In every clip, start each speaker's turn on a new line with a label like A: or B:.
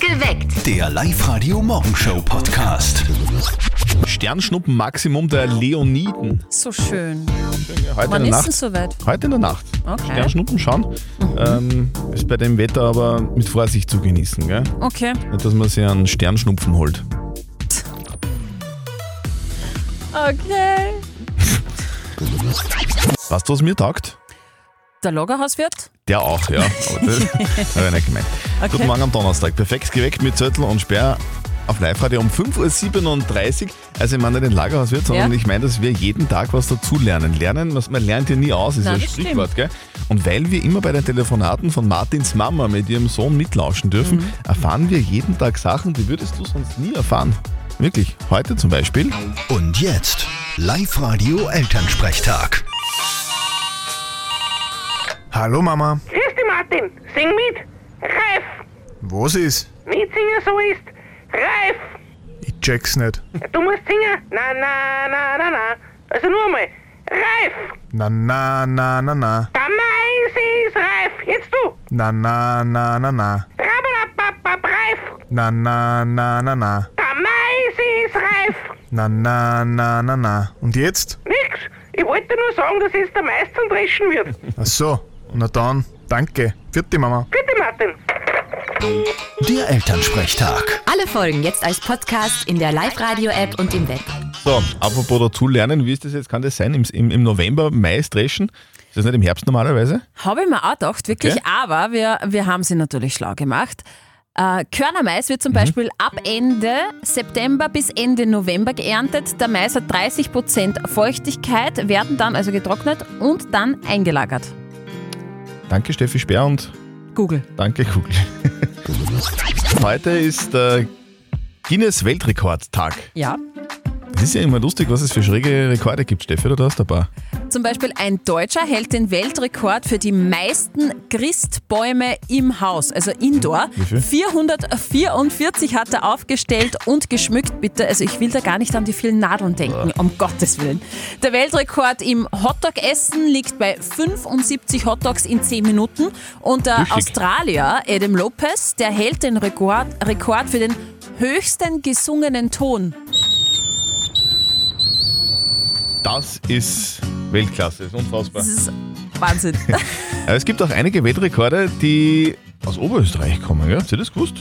A: Geweckt.
B: Der Live-Radio-Morgenshow-Podcast.
C: Sternschnuppen Maximum der Leoniden.
D: So schön.
C: Heute
D: Wann
C: in
D: ist Ah,
C: der Nacht.
D: denn soweit?
C: Heute in der Nacht.
D: Okay.
C: Sternschnuppen schauen. Ähm, ist bei dem Wetter aber mit Vorsicht zu genießen, gell?
D: Okay.
C: Nicht, dass man sich einen Sternschnupfen holt.
D: Okay.
C: Weißt du, was mir taugt?
D: Der Lagerhauswirt?
C: Der auch, ja. Aber das habe ich nicht gemeint.
D: Okay.
C: Guten Morgen am Donnerstag. Perfekt geweckt mit Zöttl und Sperr auf Live-Radio um 5.37 Uhr. Also ich meine nicht den Lagerhauswirt, sondern
D: Ja.
C: ich meine, dass wir jeden Tag was dazulernen. Lernen, was- man lernt ja nie aus, ist
D: Nein,
C: ja ein
D: das
C: Sprichwort, gell? Und weil wir immer bei den Telefonaten von Martins Mama mit ihrem Sohn mitlauschen dürfen,
D: Mhm.
C: erfahren wir jeden Tag Sachen, die würdest du sonst nie erfahren. Wirklich, heute zum Beispiel.
B: Und jetzt Live-Radio Elternsprechtag.
E: Hallo Mama,
F: Grüß dich, Martin. Sing mit. Reif.
E: was ist?
F: Nicht singen, so ist. Reif.
E: Ich check's nicht.
F: Du musst singen. Na, na, na, na, na. Also nur einmal. Reif.
E: Na na na na na.
F: Der Mais ist reif. Jetzt du.
E: Na na na na na.
F: Rabalababab, reif.
E: Na na na na na.
F: Der Mais ist reif.
E: Na na na na na. Und jetzt?
F: Nix. Ich wollte nur sagen, dass jetzt der Mais zum Dreschen wird.
E: Ach so. Na dann, danke. Vierte Mama.
F: Bitte, Martin.
B: Der Elternsprechtag.
G: Alle Folgen jetzt als Podcast in der Live-Radio-App und im Web.
C: So, apropos dazulernen, wie ist das jetzt? Kann das sein? Im, im, im November, Mai dreschen? Ist das nicht im Herbst normalerweise?
D: Habe ich mir auch gedacht, wirklich.
C: Okay.
D: Aber wir, wir haben sie natürlich schlau gemacht. Äh, Körnermais wird
C: Mhm.
D: zum Beispiel ab Ende September bis Ende November geerntet. Der Mais hat 30% Feuchtigkeit, werden dann also getrocknet und dann eingelagert.
C: Danke Steffi Speer und
D: Google.
C: Danke, Kugel. Heute ist äh, Guinness Weltrekordtag.
D: Ja.
C: Es ist ja immer lustig, was es für schräge Rekorde gibt, Steffi, oder? Du hast ein paar.
D: Zum Beispiel ein Deutscher hält den Weltrekord für die meisten Christbäume im Haus, also indoor.
C: Wie viel?
D: 444 hat er aufgestellt und geschmückt, bitte. Also ich will da gar nicht an die vielen Nadeln denken, um Gottes Willen. Der Weltrekord im Hotdog-Essen liegt bei 75 Hotdogs in 10 Minuten. Und der
C: Richtig.
D: Australier Adam Lopez, der hält den Rekord, Rekord für den höchsten gesungenen Ton.
C: Das ist Weltklasse, ist unfassbar.
D: Das ist Wahnsinn.
C: Aber es gibt auch einige Weltrekorde, die aus Oberösterreich kommen, gell? Habt ihr das gewusst?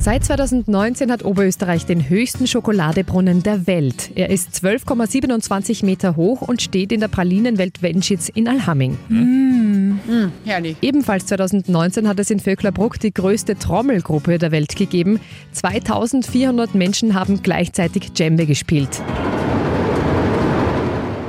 H: Seit 2019 hat Oberösterreich den höchsten Schokoladebrunnen der Welt. Er ist 12,27 Meter hoch und steht in der Pralinenwelt Wenschitz in Alhamming.
D: Herrlich.
H: Ebenfalls 2019 hat es in Vöcklerbruck die größte Trommelgruppe der Welt gegeben. 2400 Menschen haben gleichzeitig Djembe gespielt.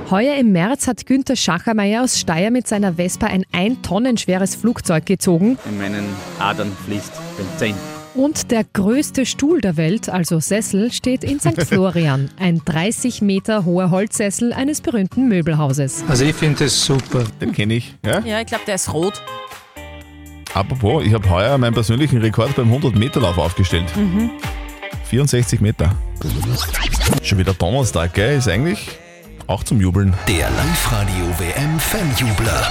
H: Heuer im März hat Günther Schachermeier aus Steyr mit seiner Vespa ein 1 Tonnen schweres Flugzeug gezogen.
I: in meinen Adern fließt Benzin.
H: Und der größte Stuhl der Welt, also Sessel, steht in St. Florian. Ein 30 Meter hoher Holzsessel eines berühmten Möbelhauses.
J: Also ich finde es super.
C: Den kenne ich. Ja?
D: Ja, ich glaube, der ist rot.
C: Apropos, ich habe heuer meinen persönlichen Rekord beim 100-Meter-Lauf aufgestellt. 64 Meter. Schon wieder Donnerstag, gell? Ist eigentlich auch zum Jubeln.
B: Der Live-Radio WM Fanjubler.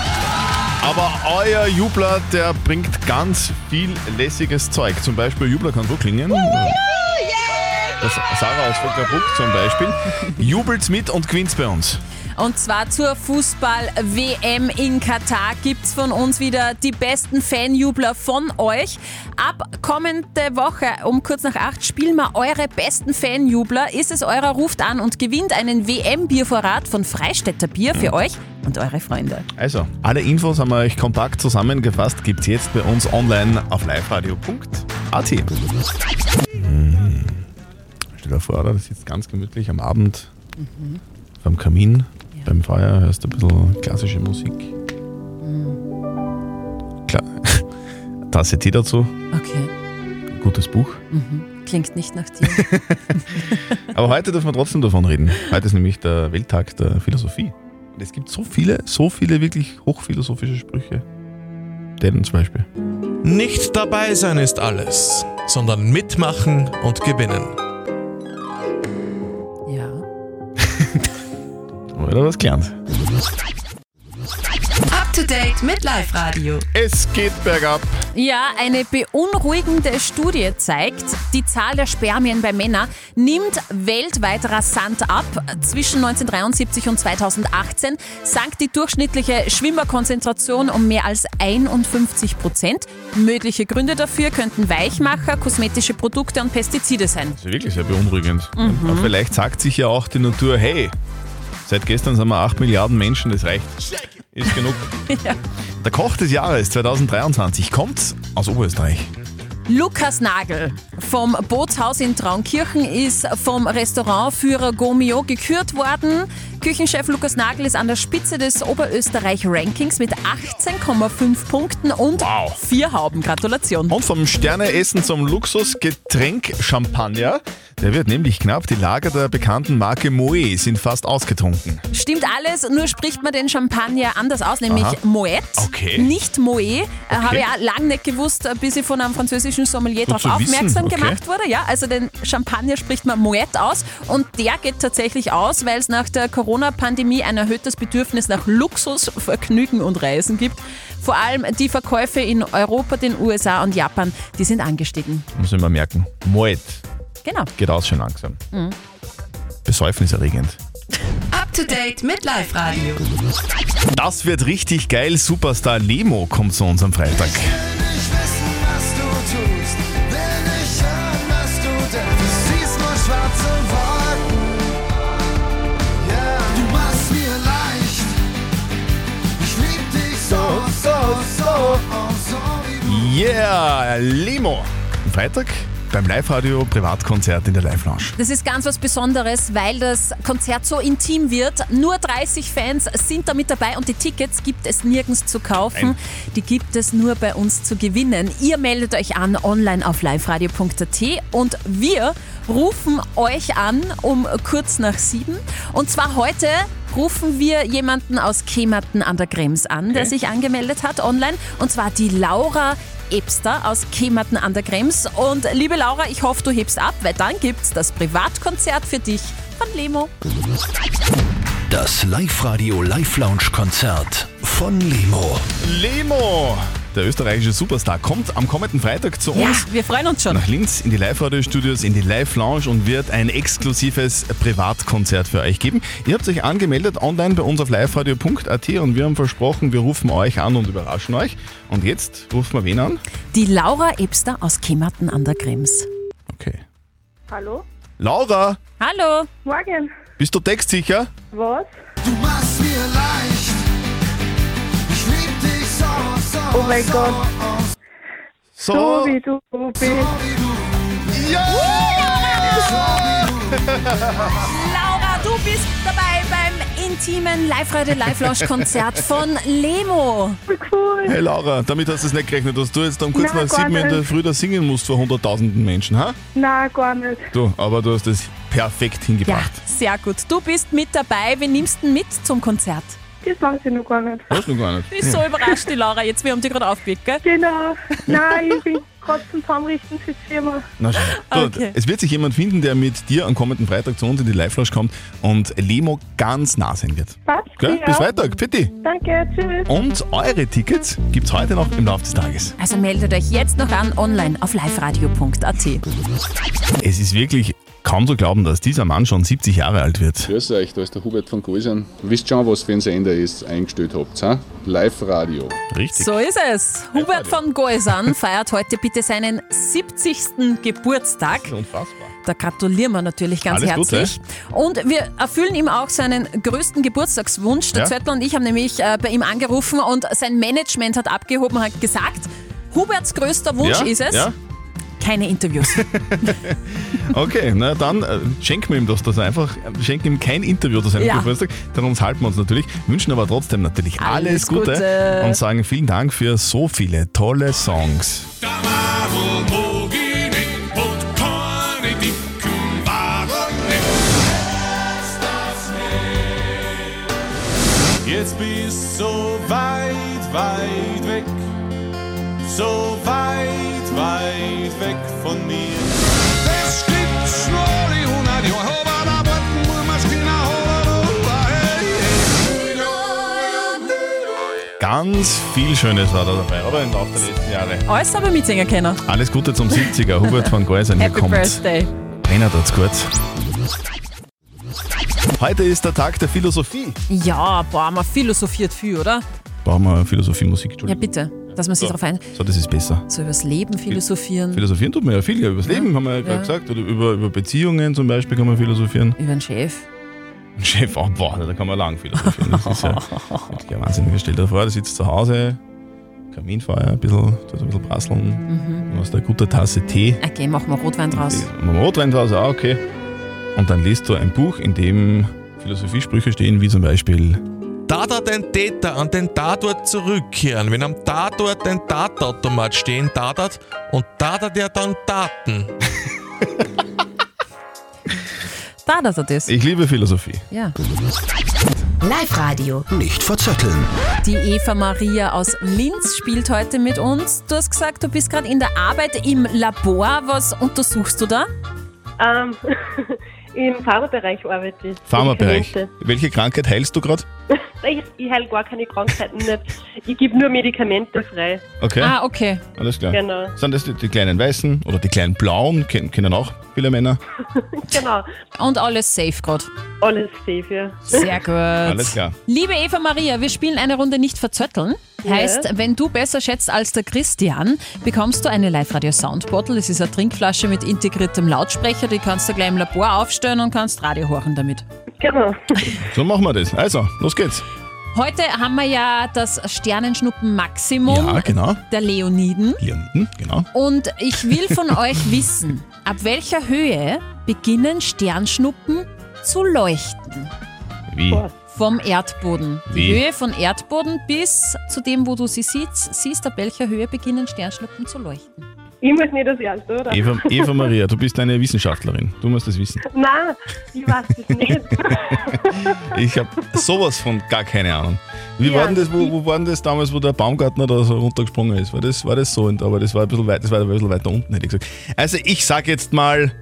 C: Aber euer Jubler, der bringt ganz viel lässiges Zeug. Zum Beispiel Jubler kann so klingen. Das Sarah aus Volkerbruck zum Beispiel. Jubelt's mit und gewinnt's bei uns.
D: Und zwar zur Fußball-WM in Katar gibt's von uns wieder die besten Fanjubler von euch. Ab kommende Woche um kurz nach acht spielen wir eure besten Fanjubler. Ist es eurer, ruft an und gewinnt einen WM-Biervorrat von Freistädter Bier für euch und eure Freunde.
C: Also, alle Infos haben wir euch kompakt zusammengefasst. Gibt's jetzt bei uns online auf liveradio.at. Hm. Mhm. Stell dir vor, oder? Das sitzt ganz gemütlich am Abend beim Kamin, beim Feuer, hörst ein bisschen klassische Musik. Klar. Tasse Tee dazu,
D: Okay,
C: gutes Buch.
D: klingt nicht nach dir.
C: Aber heute dürfen wir trotzdem davon reden. Heute ist nämlich der Welttag der Philosophie. Und es gibt so viele, so viele wirklich hochphilosophische Sprüche. Den zum Beispiel.
K: Nicht dabei sein ist alles, sondern mitmachen und gewinnen.
D: ja.
C: Oder was gelernt.
G: Up to Update mit Live-Radio.
C: Es geht bergab.
D: Ja, eine beunruhigende Studie zeigt, die Zahl der Spermien bei Männern nimmt weltweit rasant ab. Zwischen 1973 und 2018 sank die durchschnittliche Schwimmerkonzentration um mehr als 51 Prozent. Mögliche Gründe dafür könnten Weichmacher, kosmetische Produkte und Pestizide sein.
C: Das ist wirklich sehr beunruhigend. Aber vielleicht sagt sich ja auch die Natur, hey, seit gestern sind wir 8 Milliarden Menschen, das reicht. Ist genug.
D: Ja.
C: Der Koch des Jahres 2023 kommt aus Oberösterreich.
D: Lukas Nagel vom Bootshaus in Traunkirchen ist vom Restaurantführer Gomio gekürt worden. Küchenchef Lukas Nagel ist an der Spitze des Oberösterreich-Rankings mit 18,5 Punkten und
C: Wow.
D: vier Hauben. Gratulation.
C: Und vom Sterneessen zum Luxusgetränk Champagner. Der wird nämlich knapp. Die Lager der bekannten Marke Moe sind fast ausgetrunken.
D: Stimmt alles, nur spricht man den Champagner anders aus, nämlich
C: Aha.
D: Moet,
C: Okay.
D: nicht Moe. Äh, Habe ich auch lange nicht gewusst, äh, bis ich von einem französischen Sommelier darauf
C: zu wissen,
D: aufmerksam
C: okay.
D: gemacht wurde. Ja, also den Champagner spricht man Moet aus und der geht tatsächlich aus, weil es nach der Corona-Pandemie ein erhöhtes Bedürfnis nach Luxus, Vergnügen und Reisen gibt. Vor allem die Verkäufe in Europa, den USA und Japan, die sind angestiegen.
C: Muss ich mal merken. Moet
D: Genau.
C: geht aus schon langsam. Besäufniserregend.
G: Up-to-date mit Live-Radio.
C: Das wird richtig geil. Superstar Lemo kommt zu uns am Freitag. Yeah, Lemo. Am Freitag beim Live-Radio Privatkonzert in der Live-Lounge.
D: Das ist ganz was Besonderes, weil das Konzert so intim wird. Nur 30 Fans sind da mit dabei und die Tickets gibt es nirgends zu kaufen.
C: Nein.
D: Die gibt es nur bei uns zu gewinnen. Ihr meldet euch an online auf liveradio.at und wir rufen euch an um kurz nach sieben. Und zwar heute rufen wir jemanden aus Kematen an der Krems an, der sich angemeldet hat online. Und zwar die Laura Ebster aus Kematen an der Krems. Und liebe Laura, ich hoffe, du hebst ab, weil dann gibt's das Privatkonzert für dich von Lemo.
B: Das Live-Radio Live-Lounge-Konzert von Limo.
C: Lemo, der österreichische Superstar, kommt am kommenden Freitag zu
D: Ja,
C: uns.
D: wir freuen uns schon.
C: Nach Linz in die Live-Radio-Studios, in die Live-Lounge und wird ein exklusives Privatkonzert für euch geben. Ihr habt euch angemeldet online bei uns auf liveradio.at und wir haben versprochen, wir rufen euch an und überraschen euch. Und jetzt rufen wir wen an?
D: Die Laura Ebster aus Kematen an der Krems.
C: Okay.
F: Hallo?
C: Laura,
D: Hallo.
F: Morgen.
C: bist du textsicher?
F: Was? Oh mein Gott, so wie du bist.
C: Ja!
D: Laura, du bist dabei beim intimen Live-Radio Live-Lounge-Konzert von Lemo.
F: Cool.
C: Hey Laura, damit hast du es nicht gerechnet, dass du jetzt um kurz
F: Nein,
C: nach
F: gar
C: sieben in der
F: nicht.
C: Früh da singen musst vor hunderttausenden Menschen, ha?
F: Nein, gar nicht.
C: Du, aber du hast es perfekt
D: Ja,
C: hingebracht.
D: sehr gut. Du bist mit dabei. Wen nimmst du denn mit zum Konzert?
F: Das weiß ich noch gar nicht.
C: Weißt du gar nicht.
D: Die ist so überrascht, die Laura, jetzt. Wir haben die gerade aufgelegt, gell?
F: Genau. Nein, ich bin gerade zum Zusammenrichten für die Firma.
C: Na schau. Du,
D: Okay.
C: Es wird sich jemand finden, der mit dir am kommenden Freitag zu uns in die Live-Flash kommt und Lemo ganz nah sein wird.
F: Passt.
C: Gell?
F: Ja.
C: Bis Freitag, bitte.
F: Danke, tschüss.
C: Und eure Tickets gibt's heute noch im Laufe des Tages.
D: Also meldet euch jetzt noch an online auf liveradio.at.
C: Es ist wirklich kaum zu glauben, dass dieser Mann schon 70 Jahre alt wird.
A: Grüß euch, da ist der Hubert von Gäusern. Wisst schon, was für ein Sender ist eingestellt habt, ha? Live-Radio.
C: Richtig.
D: So ist es. Hubert von Geusern feiert heute bitte seinen 70. Geburtstag.
C: Unfassbar.
D: Da gratulieren wir natürlich ganz
C: Alles Gute.
D: herzlich. Und wir erfüllen ihm auch seinen größten Geburtstagswunsch. Der
C: Ja.
D: Zöttler und ich haben nämlich äh, bei ihm angerufen und sein Management hat abgehoben und hat gesagt, Huberts größter Wunsch
C: ja?
D: ist es,
C: Ja?
D: keine Interviews.
C: Okay, na dann äh, schenken wir ihm das, das einfach. äh, Schenken ihm kein Interview zu seinem
D: Ja.
C: Geburtstag. Dann uns halten wir uns natürlich, wünschen aber trotzdem natürlich alles,
D: Alles Gute.
C: Gute und sagen vielen Dank für so viele tolle Songs.
K: Jetzt bist so weit, weit weg. So weit, weit weg von mir. Es gibt nur die 100 Jahre, aber da brauchen wir Maschinen, aber da- hey, hey.
C: Ganz viel Schönes war da dabei, aber im Laufe der letzten Jahre.
D: Alles aber mitsingen können.
C: Alles Gute zum 70er, Hubert van Geusen, hier
D: Happy
C: kommt.
D: Birthday.
C: Einer tut's kurz. Heute ist der Tag der Philosophie.
D: Ja, boah, man philosophiert viel, oder?
C: Brauchen wir Philosophie-Musik,
D: Ja,
C: Entschuldigung.
D: bitte, dass man sich
C: So.
D: drauf ein.
C: so, das ist besser.
D: So übers Leben philosophieren,
C: Philosophieren tut man ja viel, ja, über das Leben haben wir ja gerade
D: Ja.
C: gesagt, oder über, über Beziehungen zum Beispiel kann man philosophieren.
D: über den Chef.
C: Chef, oh, boah, da kann man lang philosophieren. Das ist ja wirklich ein Wahnsinn. Stell dir vor, du sitzt zu Hause, Kaminfeuer, ein bisschen, tut ein bisschen prasseln,
L: Mhm.
C: du hast eine gute Tasse Tee,
D: Okay, machen wir Rotwein draus.
C: Mit dem Rotwein draus, ah, okay. Und dann liest du ein Buch, in dem Philosophiesprüche stehen, wie zum Beispiel
J: Da da ein Täter an den Tatort zurückkehren. Wenn am Tatort ein Tatautomat stehen, Tatort und Tatort er dann Taten.
D: Da, dass er das.
C: Ich liebe Philosophie.
D: Ja.
G: Live Radio.
B: Nicht verzetteln.
D: Die Eva Maria aus Linz spielt heute mit uns. Du hast gesagt, du bist gerade in der Arbeit im Labor. Was untersuchst du da?
L: Ähm, Im Pharmabereich arbeite ich.
C: Pharmabereich.
L: Medikamente.
C: Welche Krankheit heilst du gerade?
L: Ich, ich heile gar keine Krankheiten nicht. Ich gebe nur Medikamente frei.
C: Okay.
D: Ah, okay.
C: Alles klar.
L: Ah. Genau.
C: Sind das die, die kleinen Weißen oder die kleinen Blauen? Ken, kennen auch viele Männer.
L: Genau.
D: Und alles safe gerade.
L: Alles safe, ja.
D: Sehr gut.
C: Alles klar.
D: Liebe Eva Maria, wir spielen eine Runde nicht verzötteln.
L: Ja.
D: Heißt, wenn du besser schätzt als der Christian, bekommst du eine Live-Radio Soundbottle. Das ist eine Trinkflasche mit integriertem Lautsprecher. Die kannst du gleich im Labor aufstellen und kannst Radio hören damit.
L: Genau.
C: So machen wir das. Also, los geht's.
D: Heute haben wir ja das Sternenschnuppen-Maximum
C: Ja, genau.
D: der Leoniden.
C: Leoniden, genau.
D: Und ich will von euch wissen, ab welcher Höhe beginnen Sternschnuppen zu leuchten?
C: Wie?
D: Vom Erdboden. Die
C: Wie?
D: Höhe von Erdboden bis zu dem, wo du sie siehst, siehst, ab welcher Höhe beginnen Sternschnuppen zu leuchten.
L: Ich muss nicht das Erste, oder?
C: Eva, Eva Maria, du bist eine Wissenschaftlerin. Du musst das wissen.
L: Nein, ich weiß das nicht.
C: Ich habe sowas von gar keine Ahnung. Wie
L: Ja.
C: war denn das, wo, wo war denn das damals, wo der Baumgartner da so runtergesprungen ist? War das, war das so? Und, aber das war ein bisschen weit, das war ein bisschen weiter unten, hätte ich gesagt. Also ich sag jetzt mal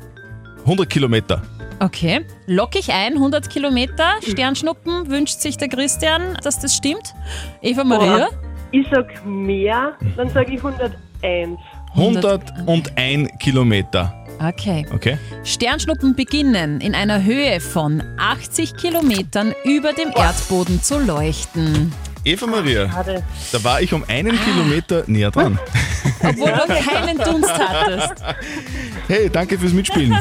C: 100 Kilometer.
D: Okay, lock ich ein, 100 Kilometer Sternschnuppen, wünscht sich der Christian, dass das stimmt. Eva Maria?
L: Ich sag mehr, dann sage ich 101.
C: 101 Kilometer.
D: Okay.
C: Okay?
D: Sternschnuppen beginnen in einer Höhe von 80 Kilometern über dem Erdboden zu leuchten.
C: Eva Maria, da war ich um einen Kilometer näher dran.
D: Obwohl du keinen Dunst hattest.
C: Hey, danke fürs Mitspielen.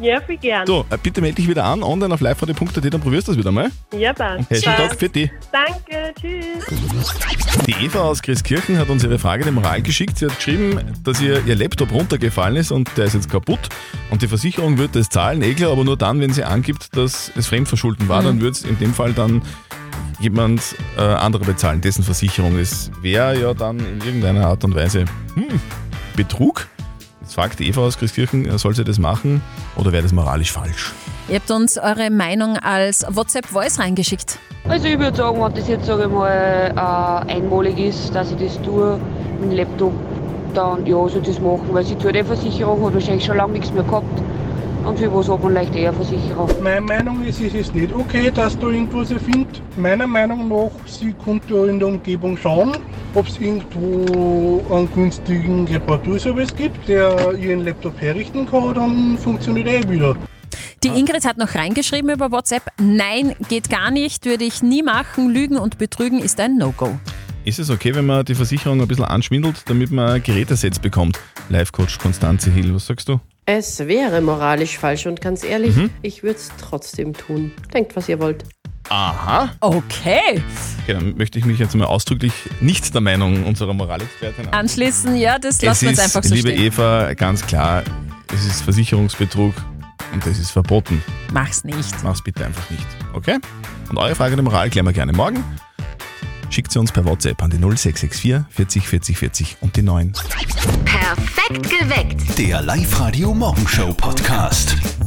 L: Ja, viel gern.
C: So, äh, bitte melde dich wieder an, online auf liveradio.at, dann probierst du das wieder mal.
L: Ja, passt.
C: Herzlichen
L: Passt.
C: Dank für die.
L: Danke, tschüss.
C: Die Eva aus Christkirchen hat uns ihre Frage der Moral geschickt. Sie hat geschrieben, dass ihr, ihr Laptop runtergefallen ist und der ist jetzt kaputt. Und die Versicherung wird das zahlen, eh klar, aber nur dann, wenn sie angibt, dass es Fremdverschulden war, dann wird es in dem Fall dann jemand äh, anderer bezahlen, dessen Versicherung. Das wäre ja dann in irgendeiner Art und Weise hm, Betrug. Jetzt fragt die Eva aus Christkirchen, äh, soll sie das machen oder wäre das moralisch falsch?
D: Ihr habt uns eure Meinung als WhatsApp-Voice reingeschickt.
M: Also ich würde sagen, wenn das jetzt sage ich mal äh, einmalig ist, dass ich das tue mit dem Laptop, dann ja, soll ich das machen, weil sie tut eh Versicherung, hat wahrscheinlich schon lange nichts mehr gehabt und für was hat man leicht eher Versicherung.
N: Meine Meinung ist, es ist nicht okay, dass da irgendwas erfindet. Meiner Meinung nach, sie könnte ja in der Umgebung schauen, ob es irgendwo einen günstigen Reparaturservice gibt, der ihren Laptop herrichten kann, dann funktioniert er eh wieder.
C: Ah.
D: Die Ingrid hat noch reingeschrieben über WhatsApp, nein, geht gar nicht, würde ich nie machen, lügen und betrügen ist ein No-Go.
C: Ist es okay, wenn man die Versicherung ein bisschen anschwindelt, damit man ein Gerätesetz bekommt? Live-Coach Konstanze Hill, was sagst du?
O: Es wäre moralisch falsch und ganz ehrlich,
C: Mhm.
O: ich würde es trotzdem tun. Denkt, was ihr wollt.
C: Aha.
D: Okay.
C: Okay, dann möchte ich mich jetzt mal ausdrücklich nicht der Meinung unserer Moralexpertin an.
D: Anschließend, ja, das Ah, lassen wir
C: es
D: jetzt
C: ist,
D: einfach so
C: liebe
D: stehen.
C: Eva, ganz klar, es ist Versicherungsbetrug und das ist verboten.
D: Mach's nicht.
C: Mach's bitte einfach nicht, okay? Und eure Frage der Moral klären wir gerne morgen. Schickt sie uns per WhatsApp an die 0664 40 40 40 und die 9.
G: Perfekt geweckt.
B: Der Live-Radio Morgenshow Podcast.